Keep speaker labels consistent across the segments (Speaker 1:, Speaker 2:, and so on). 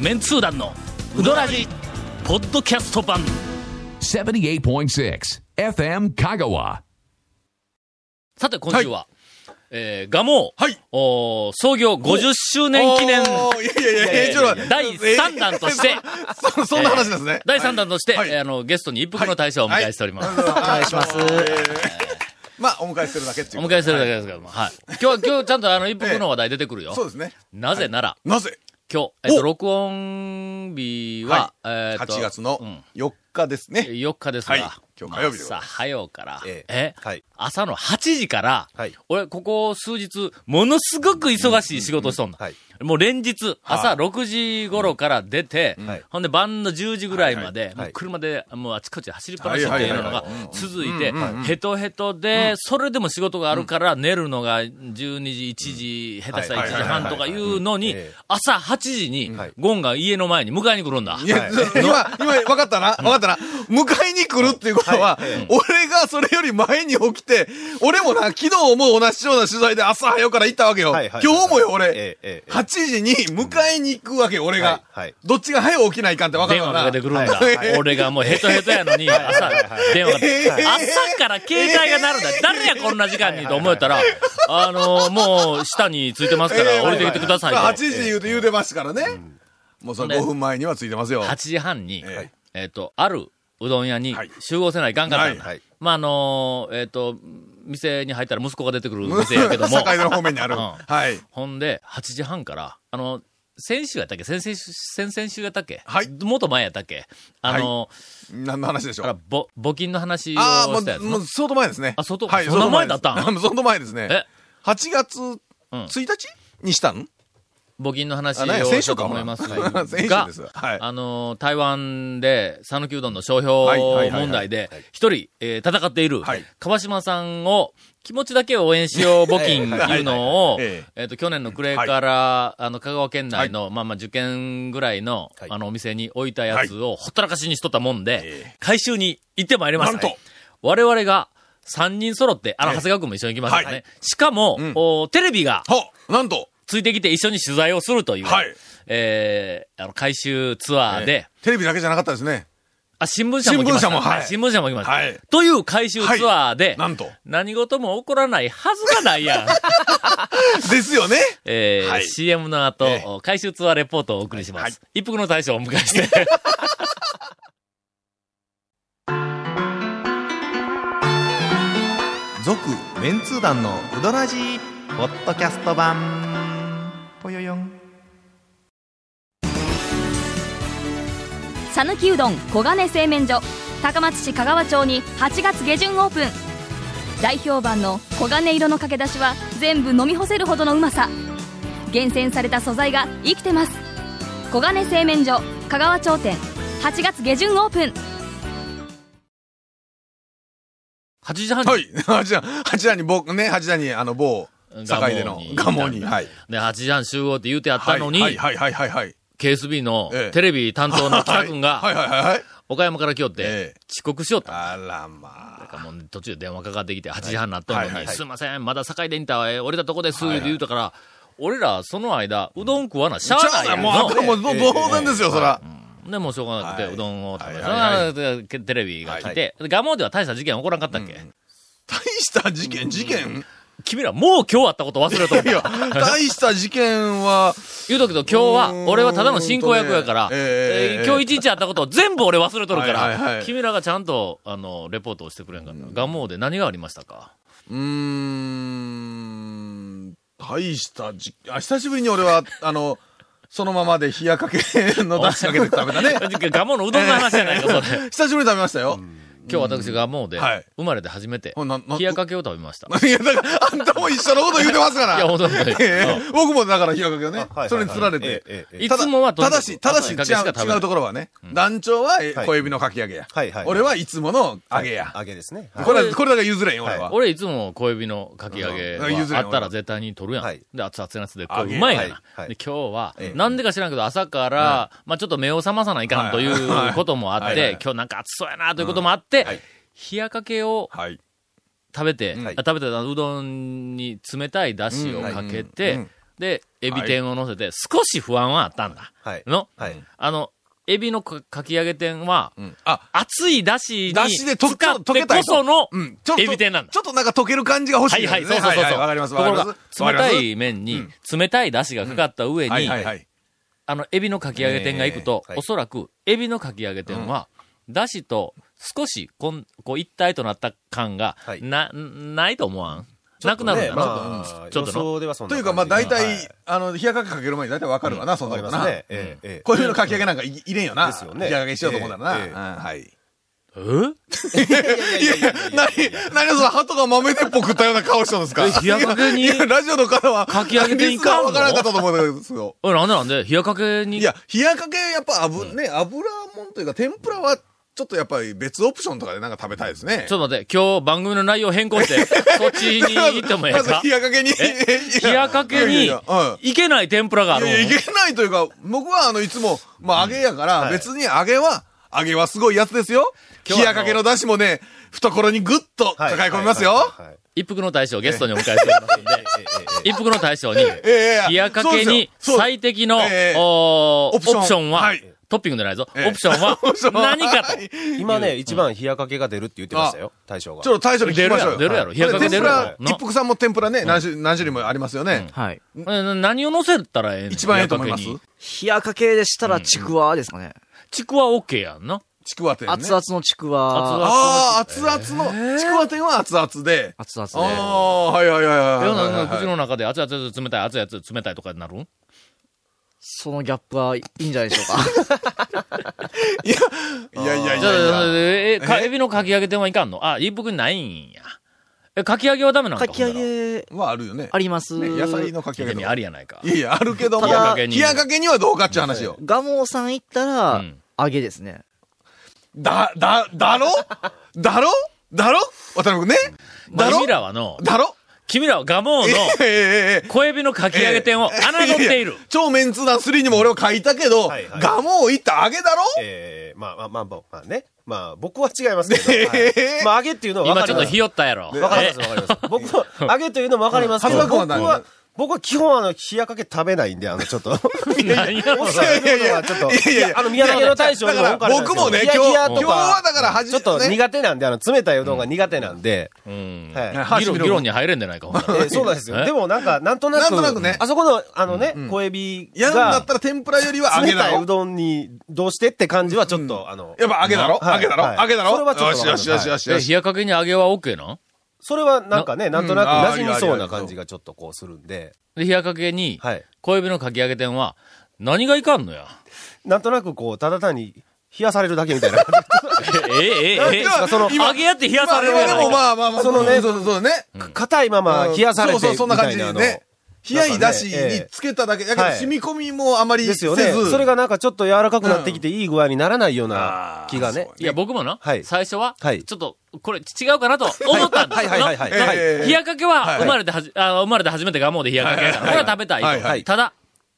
Speaker 1: メンツー団のウドラジポッドキャスト版
Speaker 2: 78.6 FM Kagawa.
Speaker 1: さて今週は、えー、ガモー、
Speaker 3: はい
Speaker 1: おー創業50周年記念
Speaker 3: おーいやいやいや、ちょっと待って
Speaker 1: 第3弾と して、
Speaker 3: そ、そんな話ですね。
Speaker 1: 第3弾として、
Speaker 3: はい
Speaker 1: えーあの、ゲストに一服の大将をお迎えしております。
Speaker 3: お願いします。えーまあ、お迎えするだけっていう
Speaker 1: お迎
Speaker 3: ことで。
Speaker 1: えするだけですけども、はい。今日、今日ちゃんとあの、一服の話題出てくるよ。
Speaker 3: そうですね。
Speaker 1: なぜなら、
Speaker 3: なぜ
Speaker 1: 今日、えっと、
Speaker 3: お
Speaker 1: 録音日は、えっと、
Speaker 3: ?8 月
Speaker 1: う
Speaker 3: の
Speaker 1: ん
Speaker 3: 4日ですね。
Speaker 1: 4日ですが、
Speaker 3: はい今日火曜日でござ
Speaker 1: さ
Speaker 3: います
Speaker 1: 早うから、え
Speaker 3: えはい
Speaker 1: 朝の8時から、
Speaker 3: はい
Speaker 1: 俺、ここ数日、ものすごく忙しい仕事をしとんの。
Speaker 3: はい
Speaker 1: もう連日、朝
Speaker 3: はい
Speaker 1: 6時頃から出て、
Speaker 3: はい
Speaker 1: ほんで晩の10時ぐらいまで、
Speaker 3: いはい
Speaker 1: もう車で、もうあちこち走りっぱなしっていうの
Speaker 3: はい
Speaker 1: が
Speaker 3: はいはいはい
Speaker 1: 続いて
Speaker 3: うんうんう、ん
Speaker 1: ヘトヘトで、それでも仕事があるから寝るのが12時、1時、下手したら1時半とかいうのに
Speaker 4: はいはいはいはいええ、
Speaker 1: 朝8時に
Speaker 4: はい、
Speaker 1: ゴンが家の前に迎えに来るんだ。
Speaker 3: いや、今、今、分かったな。分かったな。迎えに来るっていうことは、俺がそれより前に起きて、俺もな、昨日も同じような取材で朝早うから行ったわけよ。
Speaker 4: はい
Speaker 3: 今
Speaker 4: はい
Speaker 3: 日もよ、俺
Speaker 4: え。えええ
Speaker 3: 8時に迎えに行くわけよ、俺が
Speaker 4: はいはい。
Speaker 3: どっちが早う起きないかんって分かる
Speaker 1: 電
Speaker 3: わ
Speaker 1: 話
Speaker 3: な。
Speaker 1: かけてくるんだ
Speaker 3: はいは。い
Speaker 1: 俺がもうヘトヘトやのに、朝、電話かけて
Speaker 3: はい
Speaker 1: 朝から携帯が鳴るんだ。誰やこんな時間にと思えたら、あの、もう、下についてますから、降りてきてくださいと。
Speaker 3: 8時言うて言うてましたからね。もうその
Speaker 1: ほん
Speaker 3: 5
Speaker 1: で
Speaker 3: 分前にはついてますよ。
Speaker 1: 8時半に、
Speaker 3: え
Speaker 1: えっ、と、あるうどん屋に
Speaker 3: はい
Speaker 1: 集合せないかんかったんだ。
Speaker 3: はい
Speaker 1: まあ、あのーえっ、と、店に入ったら息子が出てくる店やけ ども、
Speaker 3: 境の方面にある。
Speaker 1: うん
Speaker 3: はい。
Speaker 1: ほんで、8時半から、あの、先週やったっけ先々週、先々週やったっけ
Speaker 3: はい
Speaker 1: もっと前やったっけあの
Speaker 3: 何の話でし
Speaker 1: ー、
Speaker 3: ょう。
Speaker 1: あらぼ募金の話を
Speaker 3: ああ、も
Speaker 1: したやつ
Speaker 3: う、
Speaker 1: の
Speaker 3: もう相当前ですね。
Speaker 1: あ相当
Speaker 3: はい、
Speaker 1: そんな前だったん
Speaker 3: 相当前です相当前ですね。
Speaker 1: え、
Speaker 3: 8月1日にしたん
Speaker 1: 募金の話
Speaker 3: あ何や
Speaker 1: を
Speaker 3: 先
Speaker 1: しよ
Speaker 3: 週
Speaker 1: うと
Speaker 3: か
Speaker 1: 思います
Speaker 3: はい 先週
Speaker 1: が
Speaker 3: ですはい
Speaker 1: あのー、台湾で、讃岐うどんの商
Speaker 3: はいはい
Speaker 1: 標
Speaker 3: はいはい
Speaker 1: 問題で、一人、えー戦っている
Speaker 3: はい、
Speaker 1: 川島さんを、気持ちだけ応援しよう募金いうのを、
Speaker 3: はいはいはいえ
Speaker 1: えっと、去年の暮れから、あの、香川県内の、まあまあ、受験ぐらいの、あの、お店に置いたやつを、ほったらかしにしとったもんで、回収に行ってまいりました。
Speaker 3: なんと
Speaker 1: 我々が、三人揃って、あの、長谷川君も一緒に行きましたよね。
Speaker 3: はい
Speaker 1: しかも、
Speaker 3: ん
Speaker 1: おテレビが、
Speaker 3: はなんと
Speaker 1: ついてきて一緒に取材をするという、
Speaker 3: はい
Speaker 1: えーあの、回収ツアーで、
Speaker 3: テレビだけじゃなかったですね。
Speaker 1: あ、新聞社も来ました。
Speaker 3: 新聞社もはい
Speaker 1: 新聞社も来ました。
Speaker 3: はい
Speaker 1: という回収ツアーで、
Speaker 3: いなんと
Speaker 1: 何事も起こらないはずがない やん。
Speaker 3: ですよね
Speaker 1: えー
Speaker 3: はい
Speaker 1: CM の後、
Speaker 3: え
Speaker 1: 回収ツアーレポートをお送りします。
Speaker 3: はい
Speaker 1: 一服の大将をお迎え して。
Speaker 4: 続メンツー団のウドラジーポッドキャスト版ぽよよん
Speaker 5: さぬきうどん黄金製麺所高松市香川町に8月下旬オープン大評判の黄金色のかけだしは全部飲み干せるほどのうまさ厳選された素材が生きてます黄金製麺所香川町店8月下旬オープン
Speaker 1: 8時半に、
Speaker 3: はい。8時 半、8時半に僕、ね、8時半にあの某、境での、
Speaker 1: 蒲
Speaker 3: ガ
Speaker 1: 生
Speaker 3: モ
Speaker 1: に
Speaker 3: に。はい。
Speaker 1: で8時半集合って言うてやったのに、
Speaker 3: はいはいはいはいはい。
Speaker 1: KSB の
Speaker 3: ええ
Speaker 1: テレビ担当の北君が、
Speaker 3: はいはいはいはい。
Speaker 1: 岡山から来よって、
Speaker 3: ええ
Speaker 1: 遅刻しよった。
Speaker 3: あらま
Speaker 1: もう途中で電話かかってきて、8時半になったのに、
Speaker 3: はいはいはい
Speaker 1: すいません、まだ境でインターはえー降りたとこです、って言うたから、俺ら、その間、うどん食わな、しゃ
Speaker 3: あ。
Speaker 1: あ
Speaker 3: じ
Speaker 1: ない
Speaker 3: ゃ
Speaker 1: や
Speaker 3: あ、
Speaker 1: ん
Speaker 3: もう、あ
Speaker 1: の
Speaker 3: もう、当然ですよ、そら。
Speaker 1: で、もうしょうがなくて、
Speaker 3: はいう
Speaker 1: どんを食べた、
Speaker 3: はいはい
Speaker 1: でテレビが来て、で蒲生では大した事件起こらんかったっけ、
Speaker 3: 大した事件、事件
Speaker 1: 君ら、もう今日あったこと忘れと
Speaker 3: いや
Speaker 1: る。、
Speaker 3: 大した事件は、
Speaker 1: 言うとくけど、今日は、俺はただの進行役やから、
Speaker 3: うーんとねええ
Speaker 1: えー今日一日あったことを全部俺忘れとるから、
Speaker 3: はいはいはい
Speaker 1: 君らがちゃんと、あの、レポートをしてくれんかった。蒲生で何がありましたか
Speaker 3: うーん、大したじ、あ、久しぶりに俺は、 あの、そのままで冷やかけの出汁かけて食べ たね。
Speaker 1: 蒲生のうどんの話じゃないか、それ。
Speaker 3: 久しぶりに食べましたよ。
Speaker 1: 今日私がもうで、
Speaker 3: はい
Speaker 1: 生まれて初めて
Speaker 3: ほなな、
Speaker 1: 冷やかけを食べました。
Speaker 3: いや、だから、あんたも一緒のこと言うてます か
Speaker 1: いや、
Speaker 3: ら。
Speaker 1: 本当に。
Speaker 3: え
Speaker 1: う
Speaker 3: え 僕もだから冷やかけをね
Speaker 4: あはいはいはい、
Speaker 3: それにつられ
Speaker 4: え
Speaker 3: て。
Speaker 4: えええ
Speaker 1: んいつもは
Speaker 3: ただただし、ただし違う、
Speaker 1: とにかく
Speaker 3: 違うところはね、団長はえ
Speaker 4: はい
Speaker 3: 小指のかき揚げや
Speaker 4: はいはいは。い
Speaker 3: 俺はいつもの揚げや。
Speaker 4: 揚げですね
Speaker 3: これ、これだけ譲れんよ、俺は。
Speaker 1: 俺いつも小指のかき揚げは
Speaker 3: うん譲れん
Speaker 1: あったら絶対に取るやん。
Speaker 4: はい
Speaker 1: で、熱々のやつで、こ
Speaker 3: 揚
Speaker 1: う
Speaker 3: げ
Speaker 1: うまいやな。
Speaker 4: はいはい
Speaker 1: で、今日は
Speaker 3: え、え
Speaker 1: なんでか知らんけど朝から、まあちょっと目を覚まさないかんということもあっ
Speaker 3: はいはい
Speaker 1: て
Speaker 3: はい、
Speaker 1: 今日なんか暑そうやなということもあって、冷やかけを
Speaker 3: はい。
Speaker 1: 食べて、
Speaker 4: はい
Speaker 1: あ食べてたうどんに冷たいだしをかけて、
Speaker 3: うん
Speaker 1: で、エビ天を乗せて、少し不安はあったんだ。
Speaker 4: はい
Speaker 1: の、
Speaker 4: はい
Speaker 1: あの、エビのかかき揚げ天は、
Speaker 3: うんあ、
Speaker 1: 熱いだしに
Speaker 3: だしで溶
Speaker 1: 使っ
Speaker 3: け溶
Speaker 1: て
Speaker 3: けたい
Speaker 1: ことその
Speaker 3: うんちょっ、と
Speaker 1: エビ天なんだ
Speaker 3: ち。ょっとなんか溶ける感じが欲し
Speaker 1: はいい
Speaker 3: で
Speaker 1: は
Speaker 3: すね、
Speaker 1: い、そうそうそう。
Speaker 3: はいはいわかります、わかります。
Speaker 1: ところが、冷た
Speaker 3: わかり
Speaker 1: い麺に、冷たい出汁がかかった上
Speaker 3: ますはい
Speaker 1: に
Speaker 3: は、いはい。
Speaker 1: あの、エビのかき揚げ店が行くと、
Speaker 4: ええはい
Speaker 1: おそらく、エビのかき揚げ店は、だしと少しこん、こう、一体となった感が、
Speaker 4: はい
Speaker 1: な、ないと思わんなくなるんだ
Speaker 4: ね
Speaker 1: な。
Speaker 4: まあ、
Speaker 1: ちょっと
Speaker 4: 予想ではそんな
Speaker 3: とい
Speaker 4: 感
Speaker 3: う
Speaker 4: じ
Speaker 3: か、まあ大
Speaker 4: は
Speaker 3: 体
Speaker 4: い、
Speaker 3: あの、冷やかけかける前に大体わかるわな、そんなこと
Speaker 4: わ
Speaker 3: な
Speaker 4: かりますね。。ええええ
Speaker 3: こういうのかき揚げなんかい入れんよな。
Speaker 4: ですよね
Speaker 3: 冷やかけしようと思ったらな
Speaker 4: ええええ
Speaker 3: うん。はい。
Speaker 1: えー
Speaker 3: いやいや、何、何その鳩が豆鉄砲食ったような顔したんですか
Speaker 1: え冷やかけに
Speaker 3: いやラジオの方は、
Speaker 1: かき揚げてい
Speaker 3: リスナ
Speaker 1: かんの
Speaker 3: ーはわからなかったと思うんですよ。
Speaker 1: おいなんでなんで冷やかけに。
Speaker 3: いや、冷やかけ、やっぱ油、ね、油もんというか、天ぷらは、ちょっとやっぱり別オプションとかでなんか食べたいですね。
Speaker 1: ちょっと待って、今日番組の内容変更して、そっちに行ってもええ
Speaker 3: まず
Speaker 1: か
Speaker 3: 冷やかけに、
Speaker 1: 冷やかけに、
Speaker 3: いやいやいや
Speaker 1: いけない天ぷらがあ
Speaker 3: うん
Speaker 1: る
Speaker 3: いやいやいけないというか、僕はあの、いつも、まあ揚げやから、別に揚げは、揚げはすごいやつですよ。
Speaker 1: 今日
Speaker 3: 冷
Speaker 1: はあ
Speaker 3: や
Speaker 1: の
Speaker 3: かけの出汁もね、懐にぐっと抱え込みますよ。
Speaker 4: はいはい
Speaker 1: 一服の大将をゲストにお迎えしておりますんで、一服の大将に、
Speaker 3: ええええ
Speaker 1: 冷やかけに
Speaker 3: そうですよそう
Speaker 1: 最適の、
Speaker 3: ええ
Speaker 1: おーオプ
Speaker 3: オプション
Speaker 1: ションは、
Speaker 3: はい
Speaker 1: トッピングじゃないぞ、
Speaker 3: ええ
Speaker 1: オプションは
Speaker 3: オプションは
Speaker 1: 何かと。
Speaker 4: 今ね、一番冷やかけが出るって言ってましたよ、大将が。
Speaker 3: ちょっと大将に聞きましょうよ。
Speaker 1: 出るやろ出るやろ
Speaker 3: は
Speaker 1: 冷やか
Speaker 3: い
Speaker 1: け出るやろ
Speaker 3: 天ぷら、一服さんも天ぷらね、何種何種類もありますよね。
Speaker 6: はい。
Speaker 1: うん何を乗せたらええねん
Speaker 3: 一番ええと思います
Speaker 1: 冷やかけに
Speaker 6: 冷やかけでしたらちくわですかね。
Speaker 1: ちくわ OK やんな。
Speaker 3: ちくわ天ね。
Speaker 6: 熱々のちく
Speaker 1: 熱
Speaker 6: わ。
Speaker 1: 々
Speaker 3: ああ、熱々の、ちくわ天は熱々で。
Speaker 6: 熱々で。
Speaker 3: ああー、はいはいはいはい
Speaker 1: 世の中
Speaker 3: はい
Speaker 1: の
Speaker 3: はい
Speaker 1: 口
Speaker 3: はい。
Speaker 1: の中で熱々冷たい、熱々冷たいとかになるん
Speaker 6: そのギャップはいいんじゃないで しょうか。
Speaker 3: いやいやい
Speaker 1: じゃあ
Speaker 3: やいや。
Speaker 1: え、か
Speaker 3: え
Speaker 1: エビのかき揚げ店はいかんのあ、一服にないんや。え、かき揚げはダメなのか
Speaker 6: かき揚げ、
Speaker 3: はあるよね。
Speaker 6: あります。
Speaker 3: ね野菜のかき揚
Speaker 1: 別
Speaker 3: げと
Speaker 1: に
Speaker 3: か。
Speaker 1: あ
Speaker 3: い
Speaker 1: りやないか。
Speaker 3: やいや、あるけども、
Speaker 6: 冷
Speaker 3: 冷
Speaker 6: や
Speaker 3: や
Speaker 1: か
Speaker 3: か
Speaker 1: け
Speaker 3: け
Speaker 1: に
Speaker 3: にはどうかっていう話よ。
Speaker 6: ガモさん行った
Speaker 1: う
Speaker 6: ら
Speaker 1: ん、
Speaker 6: 揚げですね。
Speaker 3: だ、だ、だろだろだろ渡辺君ね
Speaker 1: まあ
Speaker 3: だろ
Speaker 1: 君らはの、
Speaker 3: だろ
Speaker 1: 君らはガモーの
Speaker 3: ええええええ
Speaker 1: 小エビのかき揚げ店を侮っている。
Speaker 3: 超メンツ団3にも俺は書いたけど、
Speaker 4: はいはい
Speaker 3: ガモを言った揚げだろ
Speaker 4: ええまあまあまあまあまあね。まあ僕は違いますけ ど。はいまあ揚げっていうのは分
Speaker 1: 今
Speaker 4: か
Speaker 1: ち
Speaker 4: り
Speaker 1: ょっ
Speaker 4: ま
Speaker 1: と
Speaker 4: す。
Speaker 1: ひよったやろ。
Speaker 4: わかり
Speaker 1: え
Speaker 4: ますわかります。僕は揚げというのも分かりますけ
Speaker 3: は
Speaker 4: ど、
Speaker 3: い白
Speaker 4: 僕
Speaker 3: くはない
Speaker 4: は、僕は基本あの、冷やかけ食べないんで、あ の、ちょっと。
Speaker 1: 何やろ
Speaker 4: おっしゃることはちょっと、
Speaker 3: いやいやいや
Speaker 4: あの、宮崎の大将にも
Speaker 3: だから僕もね、今日、今日はだから初
Speaker 4: ちょっと苦手なんで、あの、冷たいうどんが苦手なんで、
Speaker 1: うん
Speaker 4: はい。
Speaker 1: 議論、議論に入れんじゃないか、ほんなら
Speaker 4: えーそうなんです
Speaker 1: え
Speaker 4: よ。でもなんか、なんとなく、
Speaker 3: なんとなくね
Speaker 4: あそこの、あのね、小エビ
Speaker 3: やるんだっ
Speaker 4: が
Speaker 3: た、ら天ぷらよりは揚
Speaker 4: 冷
Speaker 3: げだ
Speaker 4: た
Speaker 3: ろ
Speaker 4: いうどんにどうしてって感じはちょっと、あの、
Speaker 3: やっぱ揚げだろ、
Speaker 4: まあ
Speaker 3: 揚げだろ、
Speaker 4: はい
Speaker 3: 揚げだろ
Speaker 4: それはちょっ
Speaker 3: よ
Speaker 4: とわ
Speaker 3: し
Speaker 4: か
Speaker 3: よ
Speaker 4: る
Speaker 3: しよ
Speaker 1: え
Speaker 3: しよしよ
Speaker 1: 冷
Speaker 3: し。
Speaker 1: やかけに揚げは OK なの
Speaker 4: それはなんかね、なんとなく
Speaker 3: うん
Speaker 4: 馴染みそう
Speaker 3: あーあるあるあ
Speaker 4: な
Speaker 3: る
Speaker 4: 感じがちょっとこうするんで、
Speaker 1: で、冷やかけに
Speaker 4: はい、
Speaker 1: 小エビのかき揚げ店は、何がいかんのや。
Speaker 4: なんとなくこう、ただ単に冷やされるだけみたいな感
Speaker 1: え、え、え、え、
Speaker 4: その
Speaker 1: 揚げやって冷やされる
Speaker 3: ま
Speaker 1: や
Speaker 3: あで
Speaker 1: ない
Speaker 3: も
Speaker 1: か。
Speaker 3: まあまあまあ、
Speaker 4: そのね
Speaker 3: そうそうそうね。
Speaker 4: じ。か硬いまま冷やされて
Speaker 3: そうそう、そんな感じ
Speaker 4: みた
Speaker 3: で
Speaker 4: いの
Speaker 3: ね。冷やいだしにつけただけ、だけど
Speaker 4: はい
Speaker 3: 染み込みもあまり
Speaker 4: で
Speaker 3: せ
Speaker 4: す
Speaker 3: ず。
Speaker 4: よね。それがなんかちょっと柔らかくなってきて、いい具合にならないような気がね。
Speaker 1: いや、僕もな
Speaker 4: は、い
Speaker 1: 最初は、
Speaker 4: はい
Speaker 1: ちょっと、これ違うかなと思ったんだ
Speaker 4: はいはいはいはい
Speaker 1: な
Speaker 4: はい
Speaker 3: ええ
Speaker 1: 冷やかけは、生まれてはじ、あ生まれて初めてガモで冷やかけやから。これは食べた
Speaker 3: はいい
Speaker 1: と
Speaker 3: はい
Speaker 1: ただ、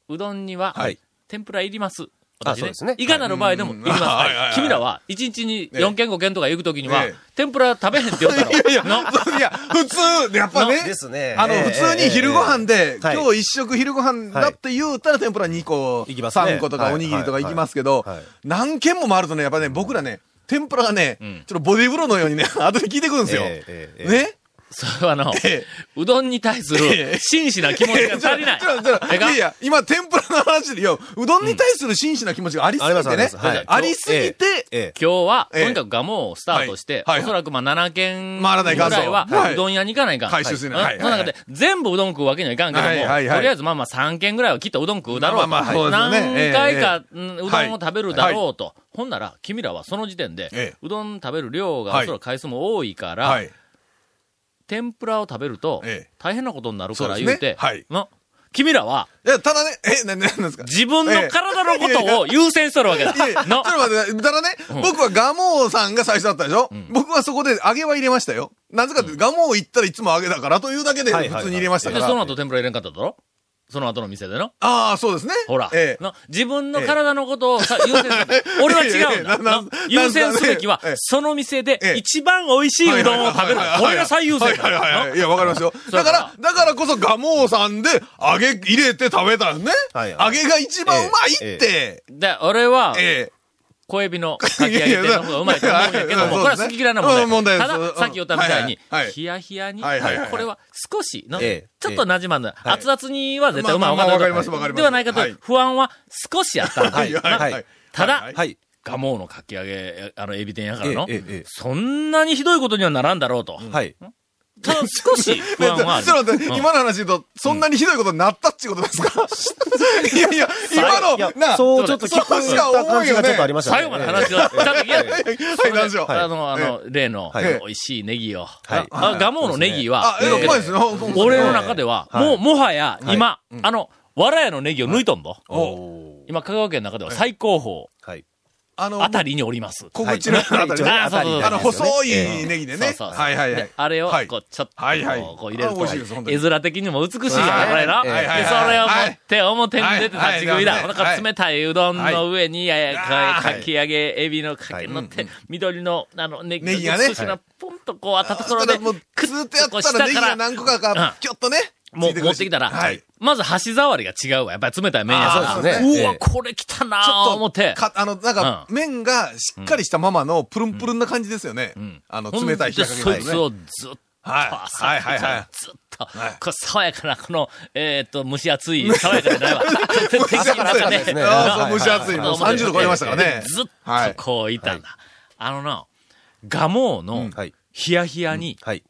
Speaker 1: うどんには
Speaker 4: はい、
Speaker 1: 天ぷらいります。
Speaker 4: あ
Speaker 1: 私
Speaker 4: そうですね
Speaker 1: いかなる場合でもいります。
Speaker 3: はい
Speaker 1: はい君らは、1日に4軒5軒とか行くときには
Speaker 3: ええ、
Speaker 1: 天ぷら食べへんって言った
Speaker 3: いやい
Speaker 1: ろ。
Speaker 3: や
Speaker 1: の、
Speaker 3: いや、普通、やっぱね。
Speaker 4: ですね
Speaker 3: あの、普通に昼ご飯で、
Speaker 4: はい
Speaker 3: 今日一食昼ご飯だって言うたら天ぷら2個、
Speaker 4: いきます
Speaker 3: 3
Speaker 4: ね
Speaker 3: 個と
Speaker 4: は
Speaker 3: か
Speaker 4: い
Speaker 3: おにぎりとかいきますけど
Speaker 4: はいはい、
Speaker 3: 何軒も回るとね、やっぱね、僕らね、天ぷらがね、
Speaker 1: ん
Speaker 3: ちょっとボディーブローのようにね、 後で効いてくるんですよ。
Speaker 4: ええええええ
Speaker 3: ね
Speaker 1: それはの、
Speaker 3: え
Speaker 1: うどんに対す
Speaker 3: え
Speaker 1: る
Speaker 3: え
Speaker 1: 真摯な気持ちが足りない。
Speaker 3: ちょっとちょっと
Speaker 1: ええ
Speaker 3: い
Speaker 1: か
Speaker 3: やいや、今、天ぷらの話で、いや、うどんに対する真摯な気持ちがありすぎ
Speaker 4: あります
Speaker 3: て
Speaker 4: ありま
Speaker 3: ね
Speaker 4: すはい。
Speaker 3: ありすぎて、
Speaker 4: ええ
Speaker 1: 今日は、と
Speaker 3: ええ
Speaker 1: にかくガモをスタートして、
Speaker 3: はいはい
Speaker 1: おそらくまあ7軒ぐ
Speaker 3: 回らないかんぞ
Speaker 1: らいは、
Speaker 3: はいう
Speaker 1: どん屋に行かないかん。
Speaker 3: 回収するな
Speaker 1: うん
Speaker 3: はい
Speaker 1: その中で、全部うどん食うわけにはいかんけども、
Speaker 3: はいはいはい
Speaker 1: とりあえずまあまあ3軒ぐらいはきっとうどん食うだろうと。
Speaker 3: まあまあまあそうですよね
Speaker 1: 何回か、
Speaker 3: え
Speaker 1: うんうどんを食べるだろうと。ほんなら、君らはその時点で、
Speaker 3: ええ
Speaker 1: うどん食べる量が、
Speaker 3: はい
Speaker 1: おそらく回数も多いから、
Speaker 3: はい。
Speaker 1: 天ぷらを食べると
Speaker 3: ええ、
Speaker 1: 大変なことになるから
Speaker 3: そう
Speaker 1: 言
Speaker 3: ですね
Speaker 1: うて、
Speaker 3: はい
Speaker 1: の君らは、
Speaker 3: いや、ただね、え、な、ななんですか
Speaker 1: 自分の体のことを優先しとるわけだ。
Speaker 3: いやいやちょ
Speaker 1: の
Speaker 3: っと待って、ただね、僕はガモーさんが最初だったでしょ、僕はそこで揚げは入れましたよ。なぜかって、ガモー行ったらいつも揚げだからというだけで
Speaker 4: はいはいはい
Speaker 3: 普通に入れました
Speaker 1: で、
Speaker 3: から。
Speaker 1: その後天ぷら入れんかっただろその後の店での。
Speaker 3: ああ、そうですね。
Speaker 1: ほら、
Speaker 3: ええ
Speaker 1: の自分の体のことをさ、優先 する。俺は違うんだ。
Speaker 3: ええなな
Speaker 1: の
Speaker 3: な
Speaker 1: 優先すべきは、
Speaker 3: ええ
Speaker 1: その店で
Speaker 3: ええ
Speaker 1: 一番美味しいうどんを食べる
Speaker 3: はいはいはいは。い
Speaker 1: これが最優先
Speaker 3: はいはいは
Speaker 1: だ
Speaker 3: いは
Speaker 1: よ
Speaker 3: い。い。や、わかり ますよ。
Speaker 1: うや
Speaker 3: だ
Speaker 1: か
Speaker 3: からら、だからこそ、ガモーさんで、揚げ入れて食べたんね。
Speaker 4: はいはい
Speaker 3: 揚げが一番うまいって。
Speaker 1: ので、俺は、
Speaker 3: ええ。
Speaker 1: 小エビのかき揚げ店の方がうまいと思うんやけども、
Speaker 3: いやいや
Speaker 1: これは好き嫌いな問題。
Speaker 3: うん問題です
Speaker 1: ただ、
Speaker 3: うん
Speaker 1: さっき言ったみたいに
Speaker 3: はいはいは、い
Speaker 1: ヒヤヒヤに、
Speaker 3: はいはいはい
Speaker 1: これは少しの、
Speaker 4: ええ
Speaker 1: ちょっと馴染まんの、
Speaker 3: い
Speaker 1: 熱々には絶対うまい
Speaker 3: まあま
Speaker 1: わか
Speaker 3: あまあわかりますわかります
Speaker 1: ではないかと
Speaker 3: はい、
Speaker 1: 不安は少しあったんだ。
Speaker 4: はい
Speaker 1: な
Speaker 4: はい
Speaker 1: ただ、
Speaker 3: はい
Speaker 4: はい。
Speaker 1: ガモーのかき揚げ、あの、エビ天やからの
Speaker 4: ええええええ、
Speaker 1: そんなにひどいことにはならんだろうと。
Speaker 4: はい。
Speaker 1: ただ、少し不安はある。
Speaker 3: ちょっと待って
Speaker 1: うん
Speaker 3: 今の話だと、そんなにひどいことになったっていうことですかいやいや、今
Speaker 4: い
Speaker 3: の
Speaker 4: や、
Speaker 3: な、
Speaker 4: そう、ちょっと聞こえた感じがちょっとありましたね。
Speaker 1: 最後まで話を、ちゃんといや
Speaker 3: はいはい、何でしょう。
Speaker 1: あの、あの、例の、
Speaker 4: はい
Speaker 1: 美味しいネギを。
Speaker 4: はい
Speaker 1: あガモーのネギは
Speaker 3: あ、、え、
Speaker 1: だけ
Speaker 3: う
Speaker 1: ど
Speaker 3: まいですよ。ほんま
Speaker 1: 俺の中では、
Speaker 4: はい
Speaker 1: もう、もはや、
Speaker 4: い
Speaker 1: 今、あの、わらやのネギを抜いとんぼ。
Speaker 4: お
Speaker 1: 今、香川県の中では最高峰
Speaker 4: はい。
Speaker 3: あの
Speaker 1: あ、たりにおります。
Speaker 3: 小口のあたり
Speaker 1: はい
Speaker 3: ね
Speaker 1: あそうそうそう
Speaker 3: あの、細い
Speaker 4: え
Speaker 3: ネギ
Speaker 1: そ
Speaker 3: で
Speaker 1: う
Speaker 3: ね。
Speaker 1: そうそう
Speaker 3: はいはいは
Speaker 1: で
Speaker 3: い。
Speaker 1: あれを
Speaker 3: は、い
Speaker 1: こう、ちょっと
Speaker 3: はいはい
Speaker 1: こう、こう入れる
Speaker 3: あ
Speaker 1: と
Speaker 3: 美味しいです本、当に
Speaker 1: 絵面的にも美しいや
Speaker 3: は
Speaker 1: ん、
Speaker 3: い
Speaker 1: これな。
Speaker 3: はい
Speaker 1: で、
Speaker 3: はいはい
Speaker 1: それを持って、表に
Speaker 3: はい
Speaker 1: 出て立ち食い
Speaker 3: は
Speaker 1: だ。
Speaker 3: い
Speaker 1: なんか冷たいうどんの上に、ややか
Speaker 3: はい
Speaker 1: かき揚げ、エビのかけのって、緑の、あの、ネギ
Speaker 3: ネギが
Speaker 1: の
Speaker 3: ね
Speaker 1: 美しいな、ポンとこうあったところ
Speaker 3: そし
Speaker 1: で、
Speaker 3: たらもう、ずっとや
Speaker 1: こう
Speaker 3: ったらネギが何個か
Speaker 1: うん
Speaker 3: が、きょっとね。
Speaker 1: も
Speaker 3: ついうくるし
Speaker 1: 持ってきたら、
Speaker 3: はい。
Speaker 1: まず箸触りが違うわ。やっぱり冷たい麺やか
Speaker 3: あーそう
Speaker 1: ら。
Speaker 3: です
Speaker 1: う
Speaker 4: ね
Speaker 1: わ、
Speaker 4: ええ
Speaker 1: これ来たな
Speaker 3: ちょっ
Speaker 1: ぁ、
Speaker 3: と、
Speaker 1: 思って。
Speaker 3: かあの、なんか、麺がしっかりしたままの、プルンプルンな感じですよね。
Speaker 1: ん
Speaker 3: あの、冷たい
Speaker 1: ほんで
Speaker 3: 火加減
Speaker 1: そ
Speaker 3: が
Speaker 1: い
Speaker 3: ね
Speaker 1: つをずっと、
Speaker 3: はい
Speaker 1: 朝
Speaker 3: はいはいはい
Speaker 1: ずっと、
Speaker 3: はい
Speaker 1: こう爽やかな、この、えーっと、蒸し暑い、爽やかじゃないわ。適
Speaker 3: 蒸し
Speaker 1: な
Speaker 3: 暑い
Speaker 1: ね
Speaker 4: ですね
Speaker 3: ああ、そう、蒸し暑い。もう
Speaker 1: 思って
Speaker 3: 30度超えましたからね。
Speaker 1: ずっ
Speaker 3: は
Speaker 1: と
Speaker 3: い
Speaker 1: こういたんだ。あのな、ガモーの
Speaker 4: はい。
Speaker 1: ヒヤヒヤに、
Speaker 4: はい。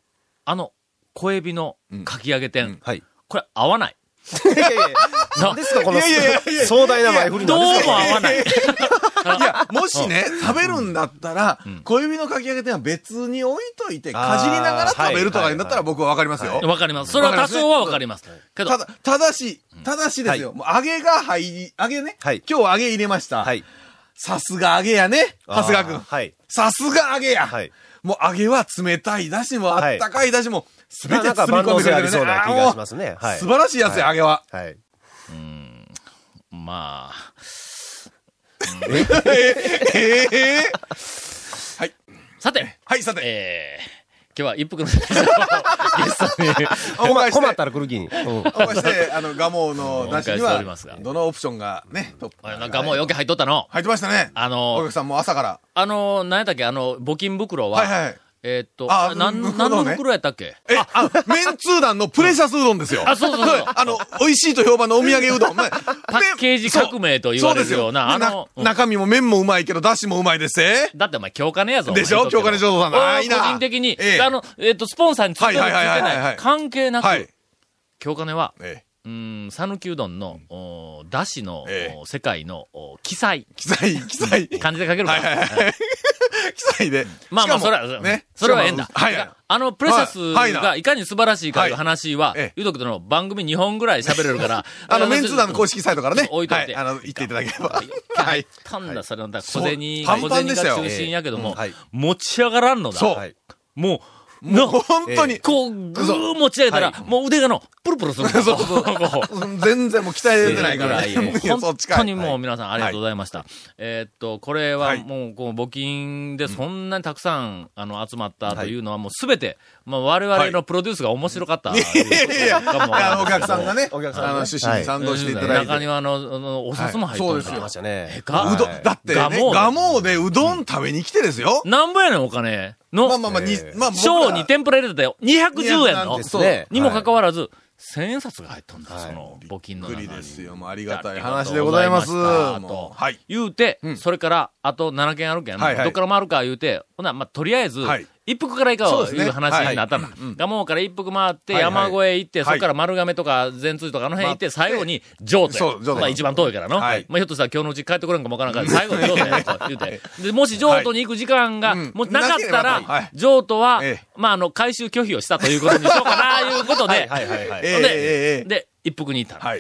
Speaker 1: あの、小エビのかき揚げ店、
Speaker 4: はい。
Speaker 1: これ合わない。
Speaker 4: いやいや
Speaker 1: な
Speaker 4: ですか、この
Speaker 3: いやいやいやいや
Speaker 4: 壮大な前振り
Speaker 1: どうも
Speaker 4: なんですか
Speaker 1: 合わない。
Speaker 3: いや、もしね、食べるんだったら、小指のかき揚げ店は別に置いといて、かじりながら食べるとかになったら僕はわかりますよ。
Speaker 1: わかります。それは多少はわかります。けど
Speaker 3: た、だ、ただし、ただしですよ。もう揚げが入り、揚げね。
Speaker 4: はい
Speaker 3: 今日揚げ入れました。
Speaker 4: はい。
Speaker 3: さすが揚げやね、長
Speaker 4: あー
Speaker 3: 谷川くん。
Speaker 4: はい
Speaker 3: さすが揚げや。
Speaker 4: はい
Speaker 3: もう揚げは冷たいだしも、あ
Speaker 4: は
Speaker 3: っ
Speaker 4: い
Speaker 3: たかいだしも、すべ
Speaker 4: な
Speaker 3: て
Speaker 4: んか
Speaker 3: 包
Speaker 4: 万
Speaker 3: み込ん
Speaker 4: 能
Speaker 3: でく
Speaker 4: 性
Speaker 3: れ
Speaker 4: あ
Speaker 3: てる
Speaker 4: りそう
Speaker 3: ね。
Speaker 4: な気がしますね。
Speaker 3: あーもう
Speaker 4: はい。
Speaker 3: 素晴らしいやつや、揚げは。
Speaker 4: はい。
Speaker 1: まあ、
Speaker 3: ええ
Speaker 1: さて、
Speaker 3: はい、さて、
Speaker 1: えー、今日は一服の 選手をゲストに
Speaker 3: お
Speaker 4: 困
Speaker 3: 伺いして
Speaker 4: 困ったら来る気に。うん
Speaker 3: お伺いして、あの、ガモの出しに
Speaker 1: お伺いしておりますが
Speaker 3: は、どのオプションがね、トップ。
Speaker 1: なんかもう余計入っとったの。
Speaker 3: 入ってましたね。
Speaker 1: あの
Speaker 3: お客さんも朝から。
Speaker 1: あの、何やったっけあの、募金袋は、
Speaker 3: はいはいはい。
Speaker 1: えーっと、
Speaker 3: あ
Speaker 1: なん
Speaker 3: 袋ね
Speaker 1: 何の袋やったっけ
Speaker 3: え、あ、 メンツー団のプレシャスうどんですよ。
Speaker 1: あそうそうそう
Speaker 3: あの、美味しいと評判のお土産うどん。 パ
Speaker 1: パッケージ革命と言われるような、あの、うん
Speaker 3: 中身も麺もうまいけど、だしもうまいですえ
Speaker 1: だってお前、教科ねやぞ。
Speaker 3: でしょ
Speaker 1: お前
Speaker 3: 京金醸造さんの
Speaker 1: 俺は
Speaker 3: あーいいな
Speaker 1: 個人的に、
Speaker 3: ええ
Speaker 1: あの、えーっと、スポンサーについてるついて
Speaker 3: はいはいはいはいは
Speaker 1: ないい。関係なく、
Speaker 3: はい。
Speaker 1: 教科ねは、
Speaker 3: ええ
Speaker 1: うーん、讃岐うどんの、おだしの、
Speaker 3: ええ
Speaker 1: お世界の、お記載。
Speaker 3: 記載、記載。記
Speaker 1: 漢字で書けるから。
Speaker 3: 載で。
Speaker 1: まあまあ、
Speaker 3: し
Speaker 1: そ
Speaker 3: か
Speaker 1: れ
Speaker 3: も
Speaker 1: は、
Speaker 3: ね。
Speaker 1: それはええんだ
Speaker 3: し。かもはいはい。
Speaker 1: あの、プレシャス
Speaker 3: はいはい
Speaker 1: が
Speaker 3: ない
Speaker 1: かに素晴らしいかいう話は、
Speaker 3: はいええ。
Speaker 1: ゆうとくとの番組2本ぐらい喋れるから
Speaker 3: あの、メンツー団の公
Speaker 1: 式。
Speaker 3: 式サイトからね。
Speaker 1: 置いといて
Speaker 3: はあの、行っていただければ。は
Speaker 1: はいい。。たんだ、それの、だから
Speaker 3: そ
Speaker 1: 小
Speaker 3: う
Speaker 1: 銭、
Speaker 3: パン
Speaker 1: 小
Speaker 3: パン
Speaker 1: 銭が
Speaker 3: でしたよ
Speaker 1: 中心やけども、
Speaker 4: ええうんはい
Speaker 1: 持ち上がらんのだ。
Speaker 3: そう
Speaker 4: はい。
Speaker 1: もう、な、
Speaker 3: 本当に。
Speaker 1: こう、ぐー持ち上げたら、もう腕がの、プルプルする。そうそうそう。
Speaker 3: 全然もう鍛えてない
Speaker 1: ぐ
Speaker 3: から
Speaker 1: ら
Speaker 3: ね。
Speaker 1: いよ。もう
Speaker 3: い やそ
Speaker 1: 本
Speaker 3: っちか
Speaker 1: 当
Speaker 3: い
Speaker 1: にもう皆さんありがとうございました。えーっと、これはもう、こう、募金でそんなにたくさん、あの、集まったというのはもうすべて、まあ、我々のプロデュースが面白かった。い
Speaker 3: いやいやいや、あのお客さんがね、
Speaker 4: お客さんが
Speaker 3: あ
Speaker 4: ね
Speaker 3: の、趣旨に賛同していただいて。
Speaker 1: 中には、あの、あのお札も入って
Speaker 3: はい
Speaker 1: るで
Speaker 3: そうです
Speaker 1: す
Speaker 3: よ
Speaker 4: 来ましたね。
Speaker 1: えか
Speaker 3: うどん
Speaker 4: はい
Speaker 3: だって、
Speaker 1: 蒲
Speaker 3: ね、
Speaker 1: 生
Speaker 3: ガモでうどん食べに来てですよ。
Speaker 1: なんぼやねん、お金。の、
Speaker 3: まあまあまあ、に
Speaker 4: えー
Speaker 3: まあ、僕ら
Speaker 1: 賞に天ぷら入れてたよ。210円の
Speaker 3: 210。
Speaker 4: そうですね。
Speaker 1: にもかか
Speaker 4: わ
Speaker 1: わらず、千円札が入っとんだ、その、募金の
Speaker 3: びっ
Speaker 1: 中
Speaker 3: く
Speaker 1: に。
Speaker 3: りですよ。もうあり
Speaker 1: あ
Speaker 3: がたい話でございます。もうはい。
Speaker 1: 言うて、それから、あと7件あるけん、
Speaker 3: はいはい
Speaker 1: どっから回るか言うて、ほな、まあ、とりあえず、
Speaker 3: はい
Speaker 1: 一服から行か
Speaker 3: そう
Speaker 1: を
Speaker 3: ですね
Speaker 1: いう話になったの。蒲生から一服回って、
Speaker 3: はいはい
Speaker 1: 山越え行って、
Speaker 3: はい
Speaker 1: そこから丸亀とか善通寺とかあの辺行って、最後に上
Speaker 3: そ
Speaker 1: 都
Speaker 3: う上都
Speaker 1: まあ、一番遠いからの。
Speaker 3: はい
Speaker 1: まあ、ひょっとしたら今日のうち帰ってこれんかもわからんから、最後に上都や と言うて。で、もし上都に行く時間が、
Speaker 3: はい
Speaker 1: もうなかったら、
Speaker 3: うんなければはい
Speaker 1: 上都は、
Speaker 3: ええ
Speaker 1: まあ、あの、回収拒 否をしたということにしようかな、いうことで、
Speaker 4: はいはいはい。
Speaker 3: え
Speaker 1: で、
Speaker 3: えええええ
Speaker 1: で、一服に行ったの。
Speaker 3: はい。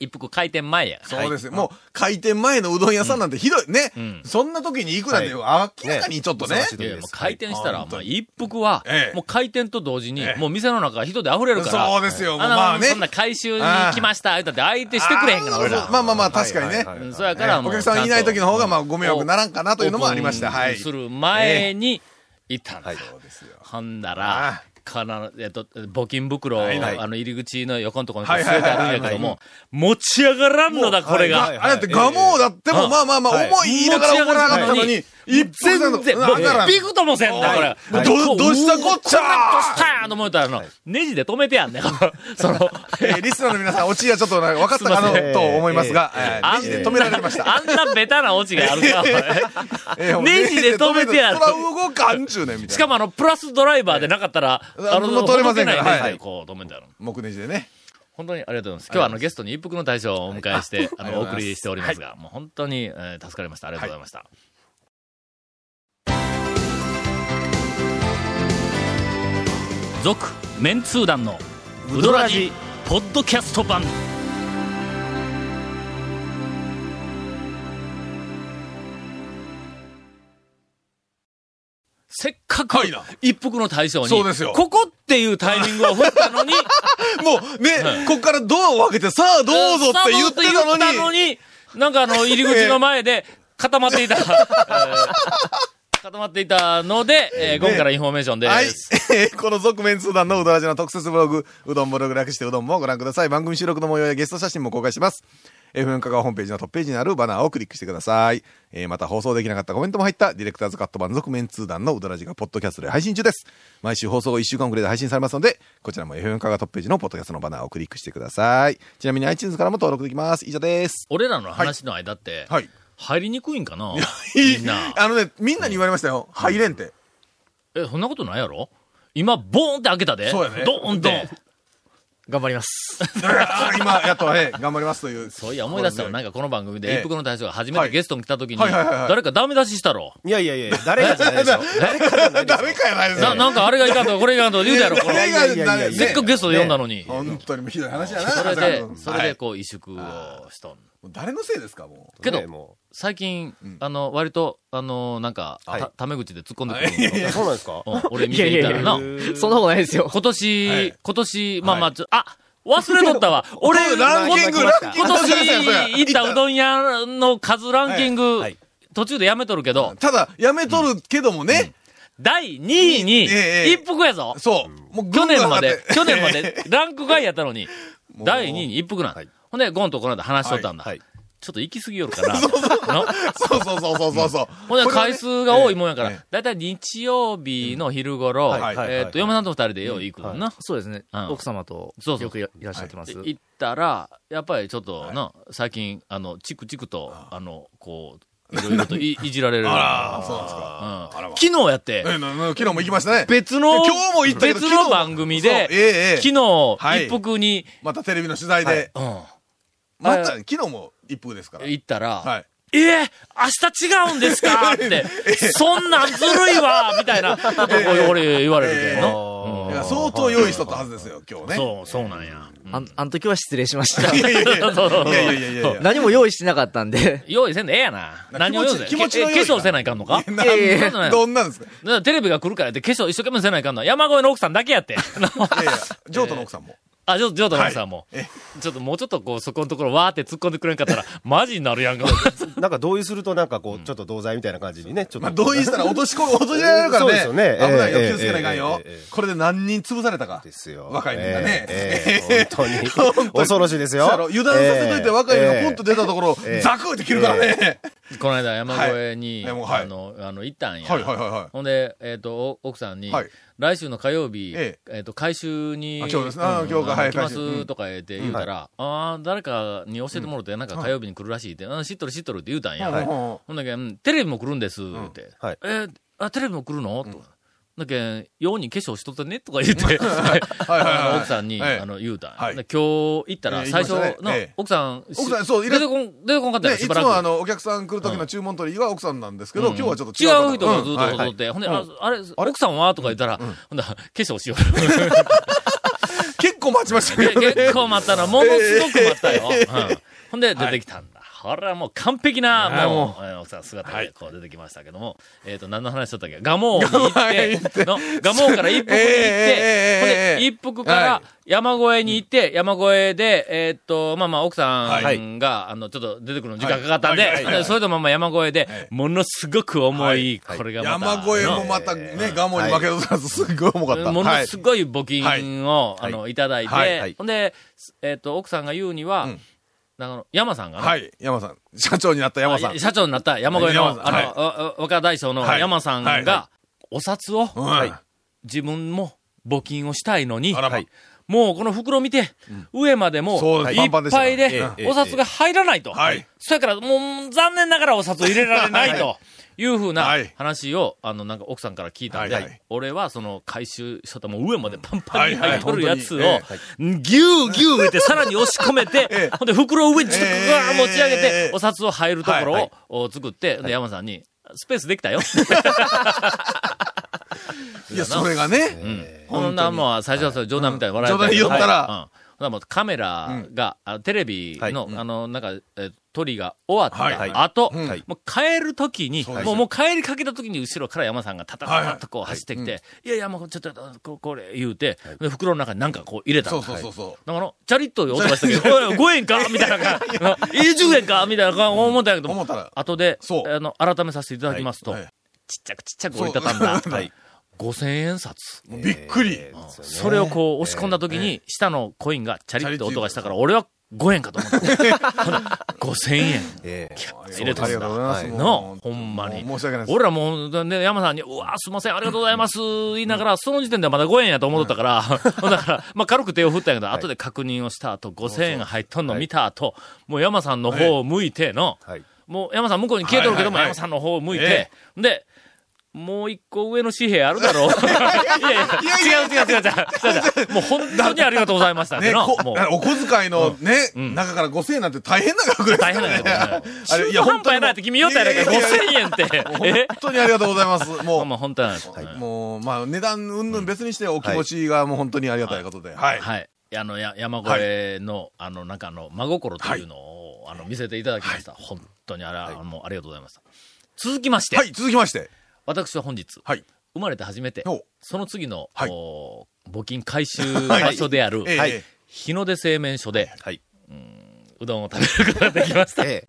Speaker 1: 一一服開店前や。
Speaker 3: そうですよ、もう開店前のうどん屋さんなんてひどいね、
Speaker 1: ん
Speaker 3: そんな時に行くなんて、明らかにちょっとね
Speaker 4: ね
Speaker 1: いやいやもう開店したら、
Speaker 3: はい
Speaker 1: まあ、一服は
Speaker 3: え、え
Speaker 1: もう開店と同時に
Speaker 3: ええ、
Speaker 1: もう店の中が人で溢れるから。
Speaker 3: そうですよ
Speaker 1: あの、
Speaker 3: まあね
Speaker 1: そんな回収に来ました、言うたって相手してくれへんから、
Speaker 3: あー
Speaker 1: 俺ら。
Speaker 3: まあまあまあ確かにね、
Speaker 1: うんそやから、
Speaker 3: ええ
Speaker 1: も
Speaker 3: お
Speaker 1: う
Speaker 3: 客さんいない時の方がまあご迷惑ならんかなというのも
Speaker 1: オープン
Speaker 3: ありましたはい
Speaker 1: する前に、行ったんだ。
Speaker 3: そうですよ
Speaker 1: ほんだ
Speaker 3: あ
Speaker 1: ら、かな、えっと、募金袋を、
Speaker 3: はいはい
Speaker 1: あの、入り口の横のところに据
Speaker 3: はい
Speaker 1: えて
Speaker 3: はいはい
Speaker 1: あるんやけども、持ち上がらんのだ、これ
Speaker 3: あ
Speaker 1: が。
Speaker 3: あれだって蒲生だっても、
Speaker 1: うん
Speaker 3: まあまあまあ、
Speaker 4: はい
Speaker 3: 重い言いながら重くなかったのに、一
Speaker 1: 全然、
Speaker 3: の
Speaker 1: もうビ
Speaker 3: だから、
Speaker 1: クともせんだ、これ。
Speaker 3: はいどどうしたこっちゃ
Speaker 1: どうしたと思ったら、あの、ネジで止めてやん ね。そ の、
Speaker 3: えーリスナーの皆さん、おちはちょっと分かったかな
Speaker 4: すいません
Speaker 3: と思いますが、えー
Speaker 1: あ
Speaker 3: ネ
Speaker 1: ん
Speaker 3: ジで止められてました。
Speaker 1: あん なベタなオチがある か。
Speaker 3: えー
Speaker 1: ネジで止めてやる
Speaker 3: ネジで止めてそら動かんちゅうねんみたいな。
Speaker 1: しかもあの、プラスドライバーでなかったら、
Speaker 3: いもう取れませんから
Speaker 1: ほどけないネ
Speaker 3: は
Speaker 1: ジ
Speaker 3: い
Speaker 1: でこう止めてある。
Speaker 3: 木ネジでね。
Speaker 1: 本当にありがとうございます。今日はあの、ゲストに一服の大将をお迎えして、あの、お送りしておりますが、もう本当に、えー助かりました。ありがとうございました。続、メンツー団の、ウドラジ、ポッドキャスト版。せっかく
Speaker 3: はいな、
Speaker 1: 一服の大将に、
Speaker 3: そうですよ
Speaker 1: ここっていうタイミングを振ったの に、
Speaker 3: もうね、こっからドアを開けて、さあどうぞって言ってた
Speaker 1: 言
Speaker 3: の
Speaker 1: ったの
Speaker 3: に、
Speaker 1: になんかあの、入り口の前で固まって いた、えー固まっていたので、えー今からインフォメーションで
Speaker 3: はい
Speaker 1: す。。
Speaker 3: え ーこの続面通談のうどらじの特設ブログ、うどんブログ略してうどんもご覧ください。番組収録の模様やゲスト写真も公開します。FM 香川ホームページのトップページにあるバナーをクリックしてください。えーまた放送できなかったコメントも入ったディレクターズカット版続面通談のうどらじがポッドキャストで配信中です。毎週放送後1週間遅れで配信されますので、こちらも FM 香川トップページのポッドキャストのバナーをクリックしてください。ちなみに iTunes からも登録できます。以上です。
Speaker 1: 俺らの話の間って、
Speaker 3: はい。
Speaker 1: 入りにくいんかなみんな。
Speaker 3: あのね、みんなに言われましたよ。入れ んって。
Speaker 1: え、そんなことないやろ今、ボーンって開けたで。
Speaker 3: そうやね
Speaker 1: ドーンって。
Speaker 6: 頑張ります。
Speaker 3: 今、やっとあれ、頑張りますという。
Speaker 1: そういや、思い出したよ。なんかこの番組
Speaker 3: ええ
Speaker 1: で、一服の大将が初め
Speaker 3: は
Speaker 1: て
Speaker 3: い
Speaker 1: ゲストに来た時に、
Speaker 3: はいはいはいはい
Speaker 1: 誰かダメ出ししたろ。
Speaker 4: いやいやいや、誰がじゃないでしょ。誰かじゃないでしょ
Speaker 3: ダメかやないです
Speaker 1: な、なんかあれがいかん とか、これいかんとか言うたやろ、この。
Speaker 3: 誰が
Speaker 4: いやいや
Speaker 3: 誰
Speaker 4: いや
Speaker 1: せっかくゲストで呼んだの
Speaker 3: に。
Speaker 1: に。
Speaker 3: 本当にもうひどい話やな。
Speaker 1: それ
Speaker 3: 長谷
Speaker 1: で
Speaker 3: 川、君
Speaker 1: それ
Speaker 3: は
Speaker 1: で
Speaker 3: い
Speaker 1: こう、萎縮をしたん
Speaker 3: もう誰のせいですか、もう。
Speaker 1: けど
Speaker 4: ねも
Speaker 1: 最近、あの、割と、あの、なんか、
Speaker 4: はい
Speaker 1: たタメ口で突っ込んでくる
Speaker 4: う
Speaker 1: の
Speaker 4: そうなんですか
Speaker 1: うん俺見ていたらな。
Speaker 6: そんなことないですよ。
Speaker 1: 今年、
Speaker 3: はい
Speaker 1: 今年、まあまあ、ちょあ、忘れとった わ。俺、
Speaker 3: ランキング、ランキン
Speaker 1: 今年
Speaker 3: グそうやそうや
Speaker 1: 行ったうどん屋の数ランキング、
Speaker 4: はい
Speaker 1: 途中でやめとるけど、
Speaker 3: ただ、やめとるけどもね、
Speaker 1: 第2位に、
Speaker 3: ええええ
Speaker 1: 一服やぞ。
Speaker 3: そう。もう
Speaker 1: 去
Speaker 3: 群
Speaker 1: 年
Speaker 3: 馬
Speaker 1: ま
Speaker 3: だって
Speaker 1: で、去年まで、ランク外やったのに、
Speaker 3: う
Speaker 1: 第2位に一服なん。ほんで、ゴンとこの間話しとったんだ。
Speaker 4: はいはい
Speaker 1: ちょっと行き過ぎよるか な。の
Speaker 3: そうそうそうそうそうそう。
Speaker 1: ほんで、
Speaker 3: これはね
Speaker 1: 回数が多いもんやか
Speaker 3: ええ
Speaker 1: ら、だいたい日曜日の昼頃、
Speaker 4: んはいはい
Speaker 1: えっと、嫁さんと二人でよう行くのな。
Speaker 6: そうですね。
Speaker 1: うん
Speaker 6: 奥様と
Speaker 1: そうそう
Speaker 6: よくやいらっしゃってます。
Speaker 1: 行ったら、やっぱりちょっとな、最近、あの、チクチクと、あの、こう、いろいろと いいじられる。
Speaker 3: あら、そうなんですか。
Speaker 1: うん
Speaker 3: あらま
Speaker 1: 昨日やって
Speaker 3: え、えなな昨日も行きましたね。
Speaker 1: 別の、
Speaker 3: 今日も行ったけど
Speaker 1: 別
Speaker 3: 昨日
Speaker 1: の
Speaker 3: も
Speaker 1: 番組
Speaker 3: そう
Speaker 1: で、
Speaker 3: ええええ
Speaker 1: 昨日、
Speaker 3: はい
Speaker 1: 一服に、
Speaker 3: またテレビの取材で。
Speaker 1: うん
Speaker 3: また、昨日も一服ですから。
Speaker 1: 行ったら、
Speaker 3: はい。
Speaker 1: えー明日違うんですか って、そんなんずるいわみたいなことを俺言われるけどな
Speaker 3: ええだから相当用意しとったはずですよ、今日ね。
Speaker 1: そう、そうなんや。
Speaker 6: あん、あの時は失礼しまし た。
Speaker 3: いやいやいや
Speaker 1: そうそうそう
Speaker 3: いやいやいやいや。
Speaker 6: 何も用意してなかったんで。
Speaker 1: 用意せんでええやな。
Speaker 3: な
Speaker 1: 何を用意せん
Speaker 3: 気持ちの用意
Speaker 1: け化粧せないかんのか
Speaker 3: ない
Speaker 1: やいや
Speaker 6: い
Speaker 1: そ
Speaker 6: や
Speaker 1: うじゃないだ
Speaker 3: どんなんですか
Speaker 1: からテレビが来るからって化粧一生懸命せないかんのは山越えの奥さんだけや って。
Speaker 3: いやいや、譲渡の奥さんも。
Speaker 1: あ、ちょっと、ちょっと奥さんも。ちょっともうちょっとこう、そこのところわーって突っ込んでくれんか ったら、マジになるやんか。
Speaker 4: なんか同意するとなんかこう、ちょっと同罪みたいな感じにね、ちょ っと。
Speaker 3: まあ、同意したら落としこ、落としられるからね。
Speaker 4: そうですよね
Speaker 3: 危ないよ、
Speaker 4: ええ
Speaker 3: 気をつけないかんよ、
Speaker 4: ええええ
Speaker 3: これで何人潰されたか。
Speaker 4: ですよ。
Speaker 3: 若いみんなね。
Speaker 4: え えええ本当に。恐ろしいですよ
Speaker 3: そ。うやろ油断させといて若いのがポンと出たところ、
Speaker 4: ええ
Speaker 3: ザクって切るからね。
Speaker 1: この間山越えに、
Speaker 3: はいでもはい
Speaker 1: あの、あの、行ったんや。
Speaker 3: はいはいはいはい
Speaker 1: ほんで、えっ、と、お奥さんに、
Speaker 3: はい
Speaker 1: 来週の火曜日、え
Speaker 3: え
Speaker 1: っ、と、回収に、
Speaker 3: あ今日ですねあ今日か
Speaker 1: あの
Speaker 3: はい
Speaker 1: 来ま
Speaker 3: 回収う
Speaker 1: す
Speaker 3: ん
Speaker 1: とか言って言うたら、ああ、誰かに教えてもらって、なんか火曜日に来るらしいって、うん、知っとる知っとるって言うたんや。
Speaker 3: はい
Speaker 1: ほんだけん、うんテレビも来るんです、って。
Speaker 4: はい
Speaker 1: えーあ、テレビも来るの、と。だけん、ように化粧しとってねとか言って、
Speaker 3: はいはい
Speaker 1: あの奥さんに、
Speaker 3: はい
Speaker 1: あの、言うたんや、
Speaker 3: はい
Speaker 1: で今日行ったら、
Speaker 3: ええ
Speaker 1: 最初
Speaker 3: 言いました
Speaker 1: の、
Speaker 3: ねええ
Speaker 1: 奥さん、
Speaker 3: 奥さんそういら
Speaker 1: 出てこん、出てこんかった
Speaker 3: ね、
Speaker 1: よ、
Speaker 3: い
Speaker 1: し
Speaker 3: つ
Speaker 1: ばらく。
Speaker 3: もあの、お客さん来る時の注文取りは奥さんなんですけど、今日はちょっと
Speaker 1: 違
Speaker 3: 違う方。
Speaker 1: う人がずっと
Speaker 3: うんはい
Speaker 1: 踊って、ほんで、ああれ、奥さんはとか言ったら、ほんだら、化粧しよう。
Speaker 3: 結構待ちましたけ
Speaker 1: で
Speaker 3: どね。
Speaker 1: 結構待ったの、ものすごく待ったよ。うんほんで出てきたんだ。これはもう完璧な、
Speaker 3: あー
Speaker 1: も
Speaker 3: も
Speaker 1: う、えーおさ姿でこう出てきましたけども、えっと、何の話しとったっけガモーに行って、のガモーから一服に行って、
Speaker 3: えーえーえー
Speaker 1: ほん
Speaker 3: え
Speaker 1: で
Speaker 3: ー
Speaker 1: 一服から
Speaker 3: は
Speaker 1: 山越えに行って、山越えで、えーっと、まあまあ、奥さ
Speaker 3: は
Speaker 1: んが、あの、ちょっと出てくるの時間かかったん
Speaker 3: はい
Speaker 1: で
Speaker 3: はいはいは、い
Speaker 1: でそれとまあまあ山越えで
Speaker 3: い、
Speaker 1: ものすごく重い、これがまた。
Speaker 3: 山越えもまたね、ガモに負けたとすっごい重かった。
Speaker 1: も
Speaker 3: は
Speaker 1: の
Speaker 3: い
Speaker 1: すごい募金を、
Speaker 3: はい
Speaker 1: あの、
Speaker 3: はい
Speaker 1: ただいて、
Speaker 3: はいはい
Speaker 1: ほんで、すえっ、と、奥さんが言うには、
Speaker 3: うん
Speaker 1: あの、山さんがね、
Speaker 3: はい、山さん。社長になった山さん
Speaker 1: あ。社長になった山越えの、
Speaker 3: 山さん
Speaker 1: あの、
Speaker 3: はい
Speaker 1: ああ若大将の
Speaker 3: はい
Speaker 1: 山さんが、
Speaker 3: はいは
Speaker 1: お札を、
Speaker 3: うん
Speaker 1: 自分も募金をしたいのに、
Speaker 3: あらま
Speaker 1: はいもうこの袋見て、上までも
Speaker 3: そう
Speaker 1: う
Speaker 3: です
Speaker 1: いっ
Speaker 3: パンパンでした
Speaker 1: ぱいで
Speaker 3: え
Speaker 1: お札が入らないと。
Speaker 3: はい
Speaker 1: それからもう残念ながらお札入れられないと。いうふうな
Speaker 3: はい
Speaker 1: 話を、あの、なんか奥さんから聞いたんで、
Speaker 3: はいはい
Speaker 1: 俺はその回収しとったもう上までパンパンに
Speaker 3: はい
Speaker 1: 入
Speaker 3: はい
Speaker 1: っとるやつを、ぎゅ
Speaker 3: 本
Speaker 1: うぎゅう入れて、さらに押し込めて、
Speaker 3: ええ
Speaker 1: ほんで袋を上にちょっとぐわー持ち上げて、
Speaker 3: ええ
Speaker 1: お札を入るところを、
Speaker 3: はいはい
Speaker 1: お作って、で山さんに、スペースできたよ。
Speaker 3: いや、それがね。
Speaker 1: こんなもん、最初はそれ冗談みたいに笑え
Speaker 3: うん冗談言った
Speaker 1: うん
Speaker 3: ら
Speaker 1: ほなもうカメラが、あテレビの、あの、なんか、えー撮りが終わった
Speaker 3: はい
Speaker 1: 後、
Speaker 3: うん
Speaker 1: もう帰るときに、もう、もう帰りかけたときに後ろから山さんがタタタタッとこう走ってきて、いやいや、もうちょっと、ここれ言うて、で袋の中になんかこう入れたん
Speaker 3: そ
Speaker 1: だ
Speaker 3: うそうそうそ
Speaker 1: だから、チャリッとで音がしたけど、おい、5円かみたいな感じ。10円かみたいな感じ思ったんやけ
Speaker 3: う。
Speaker 1: ど、
Speaker 3: 思ったら。
Speaker 1: 後で、
Speaker 3: そう
Speaker 1: あの、改めさせていただきますと、
Speaker 3: はいはい
Speaker 1: ちっちゃくちっちゃく折りたたんだ、
Speaker 3: そう
Speaker 1: 5000円札。
Speaker 3: びっくり。
Speaker 1: それをこう押し込んだ時に、下のコインがチャリッと音がしたから、俺は5円かと思った。5000円。 入れた
Speaker 3: あ
Speaker 1: ん
Speaker 3: りがとうござ
Speaker 1: だ。
Speaker 3: います。も
Speaker 1: の
Speaker 3: う、
Speaker 1: ほんまに。
Speaker 3: もう申し訳ないです。
Speaker 1: 俺らもう、ね、山さんに、うわ、すいません、ありがとうございます、言いながら、その時点ではまだ5円やと思っとったから、だから、まあ、軽く手を振ったんやけど、後で確認をした後、5000円が入っとんの見た後、もう山さんの方を向いての、もう山さん向こうに消えとるけども、
Speaker 3: はいはいは
Speaker 1: 山
Speaker 3: い
Speaker 1: さんの方を向いて
Speaker 3: え、
Speaker 1: で、もう一個上の紙幣あるだ ろう。いやいや、 違う違う違う違う違う違う。もう本当にありがとうございましたって
Speaker 3: ね、
Speaker 1: の。
Speaker 3: こ
Speaker 1: もう
Speaker 3: お小遣いのね、中から5000円なんて大変な額です
Speaker 1: 大変なことだよ。
Speaker 3: あれい
Speaker 1: 中
Speaker 3: や
Speaker 1: 途半端やなって君言おったやないか、
Speaker 3: いやいや
Speaker 1: 5000円って。え
Speaker 3: 本当にありがとうございます。 も
Speaker 1: ま
Speaker 3: う
Speaker 1: あ、まあ本当なんです。うん
Speaker 3: もう、まあ、値段、うんぬん別にして、お気持ちがもう本当にありがたいことで。はい。
Speaker 1: はい。あの、や山越えの、あの、なんかあの、真心というのを、あの、見せていただきました。本当にあら、もうありがとうございました。続きまして、
Speaker 3: はい、続きまして。
Speaker 1: 私は本日、
Speaker 3: はい。
Speaker 1: 生まれて初めて
Speaker 3: お、
Speaker 1: その次の、
Speaker 3: はい
Speaker 1: お募金回収場所である、
Speaker 3: はいええええ
Speaker 1: 日の出製麺所で、
Speaker 4: はい。
Speaker 1: うどんを食べることができました。
Speaker 4: え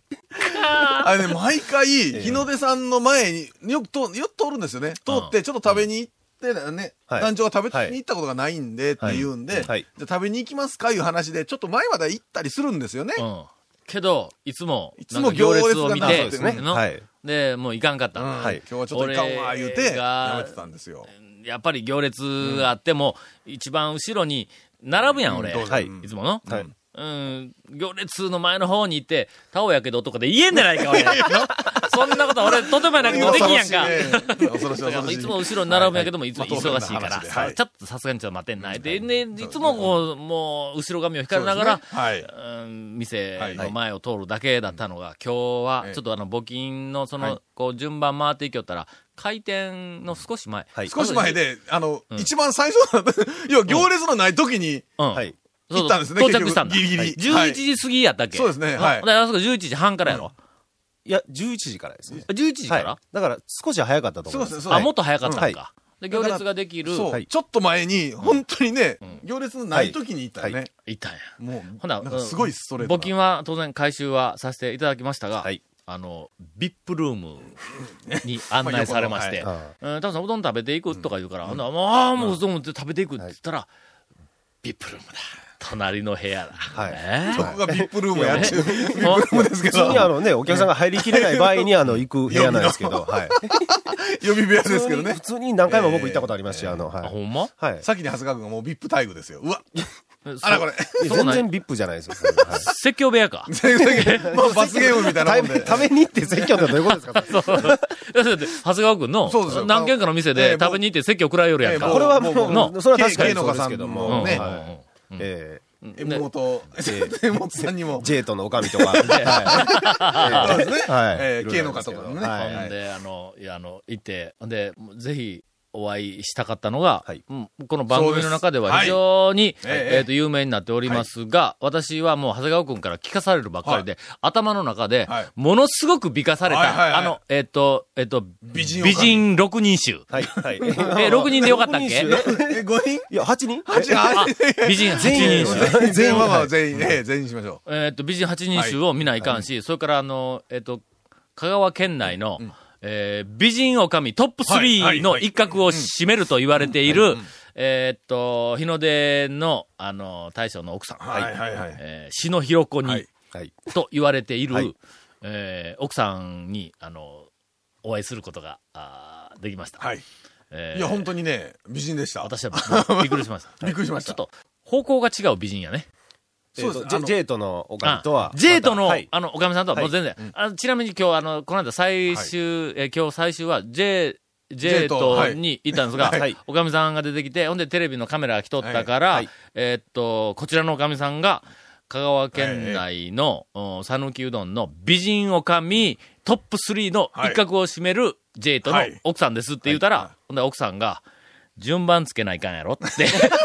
Speaker 3: あれね、毎回、日の出さんの前に、よくと、よく通るんですよね。通って、ちょっと食べに行って、ね、
Speaker 4: はい
Speaker 3: 団長が食べ
Speaker 4: はい
Speaker 3: に行ったことがないんで、って言うんで、
Speaker 4: はいはい
Speaker 3: じゃあ食べに行きますかいう話で、ちょっと前まで行ったりするんですよね。
Speaker 1: うん。けど、いつも、
Speaker 3: いつも
Speaker 1: なんか行列を見
Speaker 3: 行列がな
Speaker 1: て、
Speaker 3: そうですね
Speaker 1: の
Speaker 4: はい
Speaker 1: で、もう行かんかった。
Speaker 3: うん
Speaker 4: はい
Speaker 3: 今日はちょっといかんわ、言うて、
Speaker 1: 俺が
Speaker 3: やめてたんですよ。
Speaker 1: やっぱり行列あっても、一番後ろに並ぶやん、俺。
Speaker 3: うん
Speaker 4: はい
Speaker 1: いつもの。
Speaker 4: はい
Speaker 1: うん、行列の前の方にいて、タオやけどとかで言えんじゃないか、俺。のそんなこと俺、とてもやなくてもできんやんか。
Speaker 3: 恐ろしいね、恐ろしい、
Speaker 1: だから
Speaker 3: 恐ろし
Speaker 1: い
Speaker 3: い。
Speaker 1: つも後ろに並ぶんやけども、いつも
Speaker 3: まあ
Speaker 1: 忙しいから、
Speaker 3: 当然の話で
Speaker 1: さ
Speaker 3: はい
Speaker 1: ちょっとさすがにちょっと待てんない。で、ね、いつもこう、もう、後ろ髪を引かれながら、
Speaker 3: はい。
Speaker 1: うん店の前を通るだけだったのが、今日は
Speaker 3: ええ
Speaker 1: ちょっとあの募金のその、
Speaker 3: はい
Speaker 1: こう順番回っていきよったら、開店の少し前。
Speaker 4: はい
Speaker 3: 少し前で、あの、一番最初の、 要は行列のない時に、
Speaker 1: うん、
Speaker 4: はい。
Speaker 1: そうそう
Speaker 3: 行ったんですね
Speaker 1: 到着
Speaker 3: 結局
Speaker 1: したんだ。
Speaker 3: ギリギリ
Speaker 1: はい
Speaker 3: はい
Speaker 1: 11時過ぎやったっけ、
Speaker 3: そうですね
Speaker 1: ん
Speaker 3: はい
Speaker 1: だからあそこ11時半からやろ。
Speaker 4: いや、11時からですね。
Speaker 1: 11時から、
Speaker 4: はい。だから、少し早かったと
Speaker 3: そ
Speaker 4: 思
Speaker 3: う
Speaker 4: いま。
Speaker 3: ですすね、そう
Speaker 1: あ、
Speaker 3: です
Speaker 1: もっと早かったん
Speaker 4: は
Speaker 1: か。で行列ができる、
Speaker 3: そう、
Speaker 4: はい
Speaker 3: ちょっと前に、本当にね、行列のない時に行ったらね、
Speaker 4: はい
Speaker 1: たんや。
Speaker 3: もう、
Speaker 1: ほな、
Speaker 3: んかすごいストレートな
Speaker 1: 募金は当然回収はさせていただきましたが、
Speaker 4: はい
Speaker 1: あの、ビップルーム に案内されまして、
Speaker 4: まあ横のは
Speaker 1: うん、たぶんうどん食べていくとか言うから、ほんなら、ああ、もううどん食べていくって言ったら、ビップルームだ。隣の部屋だ。
Speaker 4: はい
Speaker 1: えー
Speaker 3: そこがビップルームやっちゅう、ビップル
Speaker 1: もう
Speaker 3: ームですけ
Speaker 4: 普通
Speaker 3: ど
Speaker 4: に、あのね、お客さんが入りきれない場合に、あの、行く部屋なんですけど、 はい。
Speaker 3: 予備部屋ですけど
Speaker 4: 普
Speaker 3: ね。
Speaker 4: 通に何回も僕行ったことありますし、あの、は
Speaker 1: あほ
Speaker 4: い。
Speaker 1: んま
Speaker 4: はい。
Speaker 3: さっきの長谷川君がもうビップ待遇ですよ。うわ、
Speaker 1: そ
Speaker 3: あらこれ。
Speaker 1: そう
Speaker 4: 全
Speaker 1: なん
Speaker 4: 然ビップじゃない ですよ。それはい
Speaker 1: 説教部屋か。
Speaker 3: まあ罰ゲームみたいなもん
Speaker 4: 食べ
Speaker 3: で。
Speaker 4: 食べに行って説教ってどういうことですかそ れ
Speaker 1: そう。だって、長谷川くんの
Speaker 3: そうですよ、
Speaker 1: 何軒かの店
Speaker 3: え
Speaker 1: で
Speaker 3: えもう
Speaker 1: 食べに行って席を食らいよるやん
Speaker 3: ええ
Speaker 1: か。
Speaker 4: これはも
Speaker 3: もう
Speaker 1: もう
Speaker 4: う、それは確かにそうですけど
Speaker 3: う
Speaker 1: うん
Speaker 3: も
Speaker 4: も。
Speaker 3: う
Speaker 4: ね
Speaker 3: ね。
Speaker 4: ええ
Speaker 3: えもと、えもとさんにも。
Speaker 4: ジェイトのおかみ とか。はい
Speaker 3: そうですね。
Speaker 4: はい
Speaker 3: え
Speaker 4: いろいろ
Speaker 3: ー、K の方とかもね。
Speaker 4: ありますけど
Speaker 1: ほんで、
Speaker 3: はい
Speaker 1: あの、いや、あの、行って、ほんで、もうぜひ、お会いしたかったのが、
Speaker 3: はい
Speaker 1: うんこの番組の中では非常に、えっと、有名になっておりますが、私はもう長谷川くんから聞かされるばっかりで、頭の中で
Speaker 3: はい、
Speaker 1: ものすごく美化され
Speaker 3: はいはいはい
Speaker 1: た、あの、えっと、えっと、
Speaker 3: 美人
Speaker 1: 美人6人衆。
Speaker 7: はい、はい。
Speaker 1: え、6人でよかったっけ
Speaker 3: え、5人
Speaker 7: いや、8人
Speaker 1: あ
Speaker 3: あ、
Speaker 1: 美人8人衆。
Speaker 3: 全員は全員、ええ全員にしましょ
Speaker 1: えっと、美人8人衆を見ないかんし、それから、あの、えっと、香川県内の、えー美人女将トップ3の一角を占めると言われている、えーっと、日の出の、あの、大将の奥さん。
Speaker 3: う。はいはいはい。
Speaker 1: えー、志野弘子に、
Speaker 3: はい
Speaker 1: と言われている、えー奥さんに、あの、お会いすることが、あーできました。
Speaker 3: はい。
Speaker 1: えー
Speaker 3: いや、本当にね、美人でした。
Speaker 1: 私はもうびっくりしました。
Speaker 3: びっくりしまし
Speaker 1: ち
Speaker 3: た
Speaker 1: ょっと、方向が違う美人やね。
Speaker 3: そうです
Speaker 7: えーとジェ
Speaker 3: あの
Speaker 7: ジェイトのおかみとは。
Speaker 1: ジェイトの、
Speaker 7: はい
Speaker 1: あの、おかみさんとはもう全然。あのちなみに今日、あの、この間最終、えー今日最終は、ジェイ、ジェイトに行ったんですが、
Speaker 3: はいはい
Speaker 1: おかみさんが出てきて、ほんでテレビのカメラが来とったから、
Speaker 7: はいはい
Speaker 1: えーっと、こちらのおかみさんが、香川県内の、うん讃岐うどんの美人おかみトップ3の一角を占めるジェイトの
Speaker 3: はい
Speaker 1: 奥さんですって言うたら、ほんで奥さんが、順番つけないかんやろって。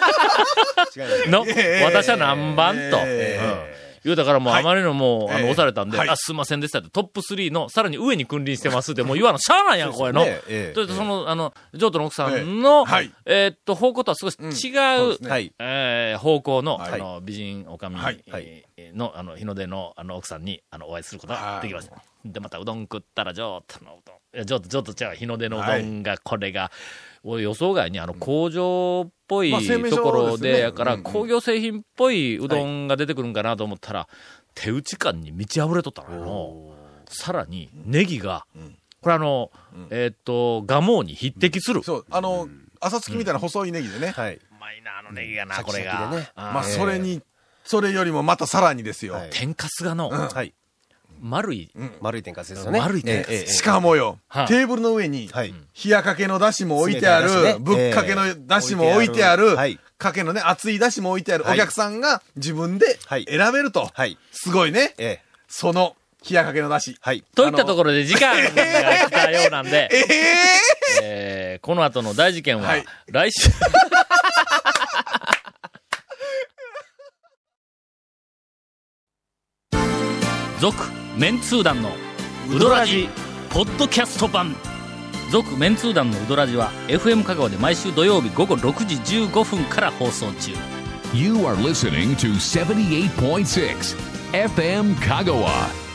Speaker 1: の、私は何番と。うん言うだからもうあまりのもう、
Speaker 3: はい
Speaker 1: あ
Speaker 3: え
Speaker 1: の、
Speaker 3: え
Speaker 1: 押されたんで、
Speaker 3: はい
Speaker 1: あ、すいませんでしたって、トップ3の、さらに上に君臨してますって、もう言わの、しゃあないやん、これの。
Speaker 7: ええええ
Speaker 1: というと、その、あの、譲渡の奥さん
Speaker 3: ええ
Speaker 1: の
Speaker 3: はい、
Speaker 1: えーっと、方向とは少し違う、
Speaker 7: ねはい
Speaker 1: えー方向の、
Speaker 3: はい
Speaker 1: あの、美人おかみ
Speaker 3: はい
Speaker 7: はい
Speaker 1: の、あの、日の出の、あの、奥さんに、あの、お会いすることができました。で、また、うどん食ったら、譲渡のうどん。いや、譲渡、譲渡、じゃあ、日の出のうどんが、これが、俺予想外に、あの、工場っぽい、
Speaker 3: まあ製麺所
Speaker 1: ところ
Speaker 3: です
Speaker 1: で、
Speaker 3: ね
Speaker 1: やから、
Speaker 3: うんうん
Speaker 1: 工業製品っぽいうどんが出てくるんかなと思ったら、手打ち感に満ち溢れとったのよさらに、ネギが、これあの、えーっと、ガモに匹敵する。う
Speaker 3: そう、あの、朝月みたいな細いネギでね。
Speaker 7: はい。
Speaker 1: まいな、あのネギがな、
Speaker 7: シャ
Speaker 1: こ
Speaker 7: キシ
Speaker 1: れ
Speaker 7: ャキで
Speaker 1: が
Speaker 7: ね。
Speaker 1: あー
Speaker 3: まあ、それに、それよりもまたさらにですよ。
Speaker 7: はい
Speaker 1: 天かすがの、
Speaker 7: はい。
Speaker 1: 丸い、
Speaker 7: 丸い天かすですよね。
Speaker 1: 丸い天かす
Speaker 7: ええええ
Speaker 3: しかもよ
Speaker 1: はい、
Speaker 3: テーブルの上に、
Speaker 7: はい。
Speaker 3: 冷やかけのだしも置いてあ
Speaker 7: 冷たい出汁
Speaker 3: る、
Speaker 7: ね
Speaker 3: ぶっかけのだしも置いてあ
Speaker 7: ええ
Speaker 3: る
Speaker 7: 置いてあるはい、
Speaker 3: かけのね、熱いだしも置いてある、
Speaker 7: は
Speaker 3: お
Speaker 7: い
Speaker 3: 客さんが自分で
Speaker 7: はい
Speaker 3: 選べると。
Speaker 7: はい。
Speaker 3: すごいね。
Speaker 7: ええ。
Speaker 3: その、冷やかけのだし。
Speaker 7: はい。
Speaker 1: といったところで時間が来たようなんで、
Speaker 3: ええ
Speaker 1: えーこの後の大事件は
Speaker 3: はい、
Speaker 1: 来週、 続、メンツー団の、ウドラジ、ポッドキャスト版。続、メンツー団のウドラジは、FM 香川で毎週土曜日午後6時15分から放送中。
Speaker 2: You are listening to 78.6 FM Kagawa.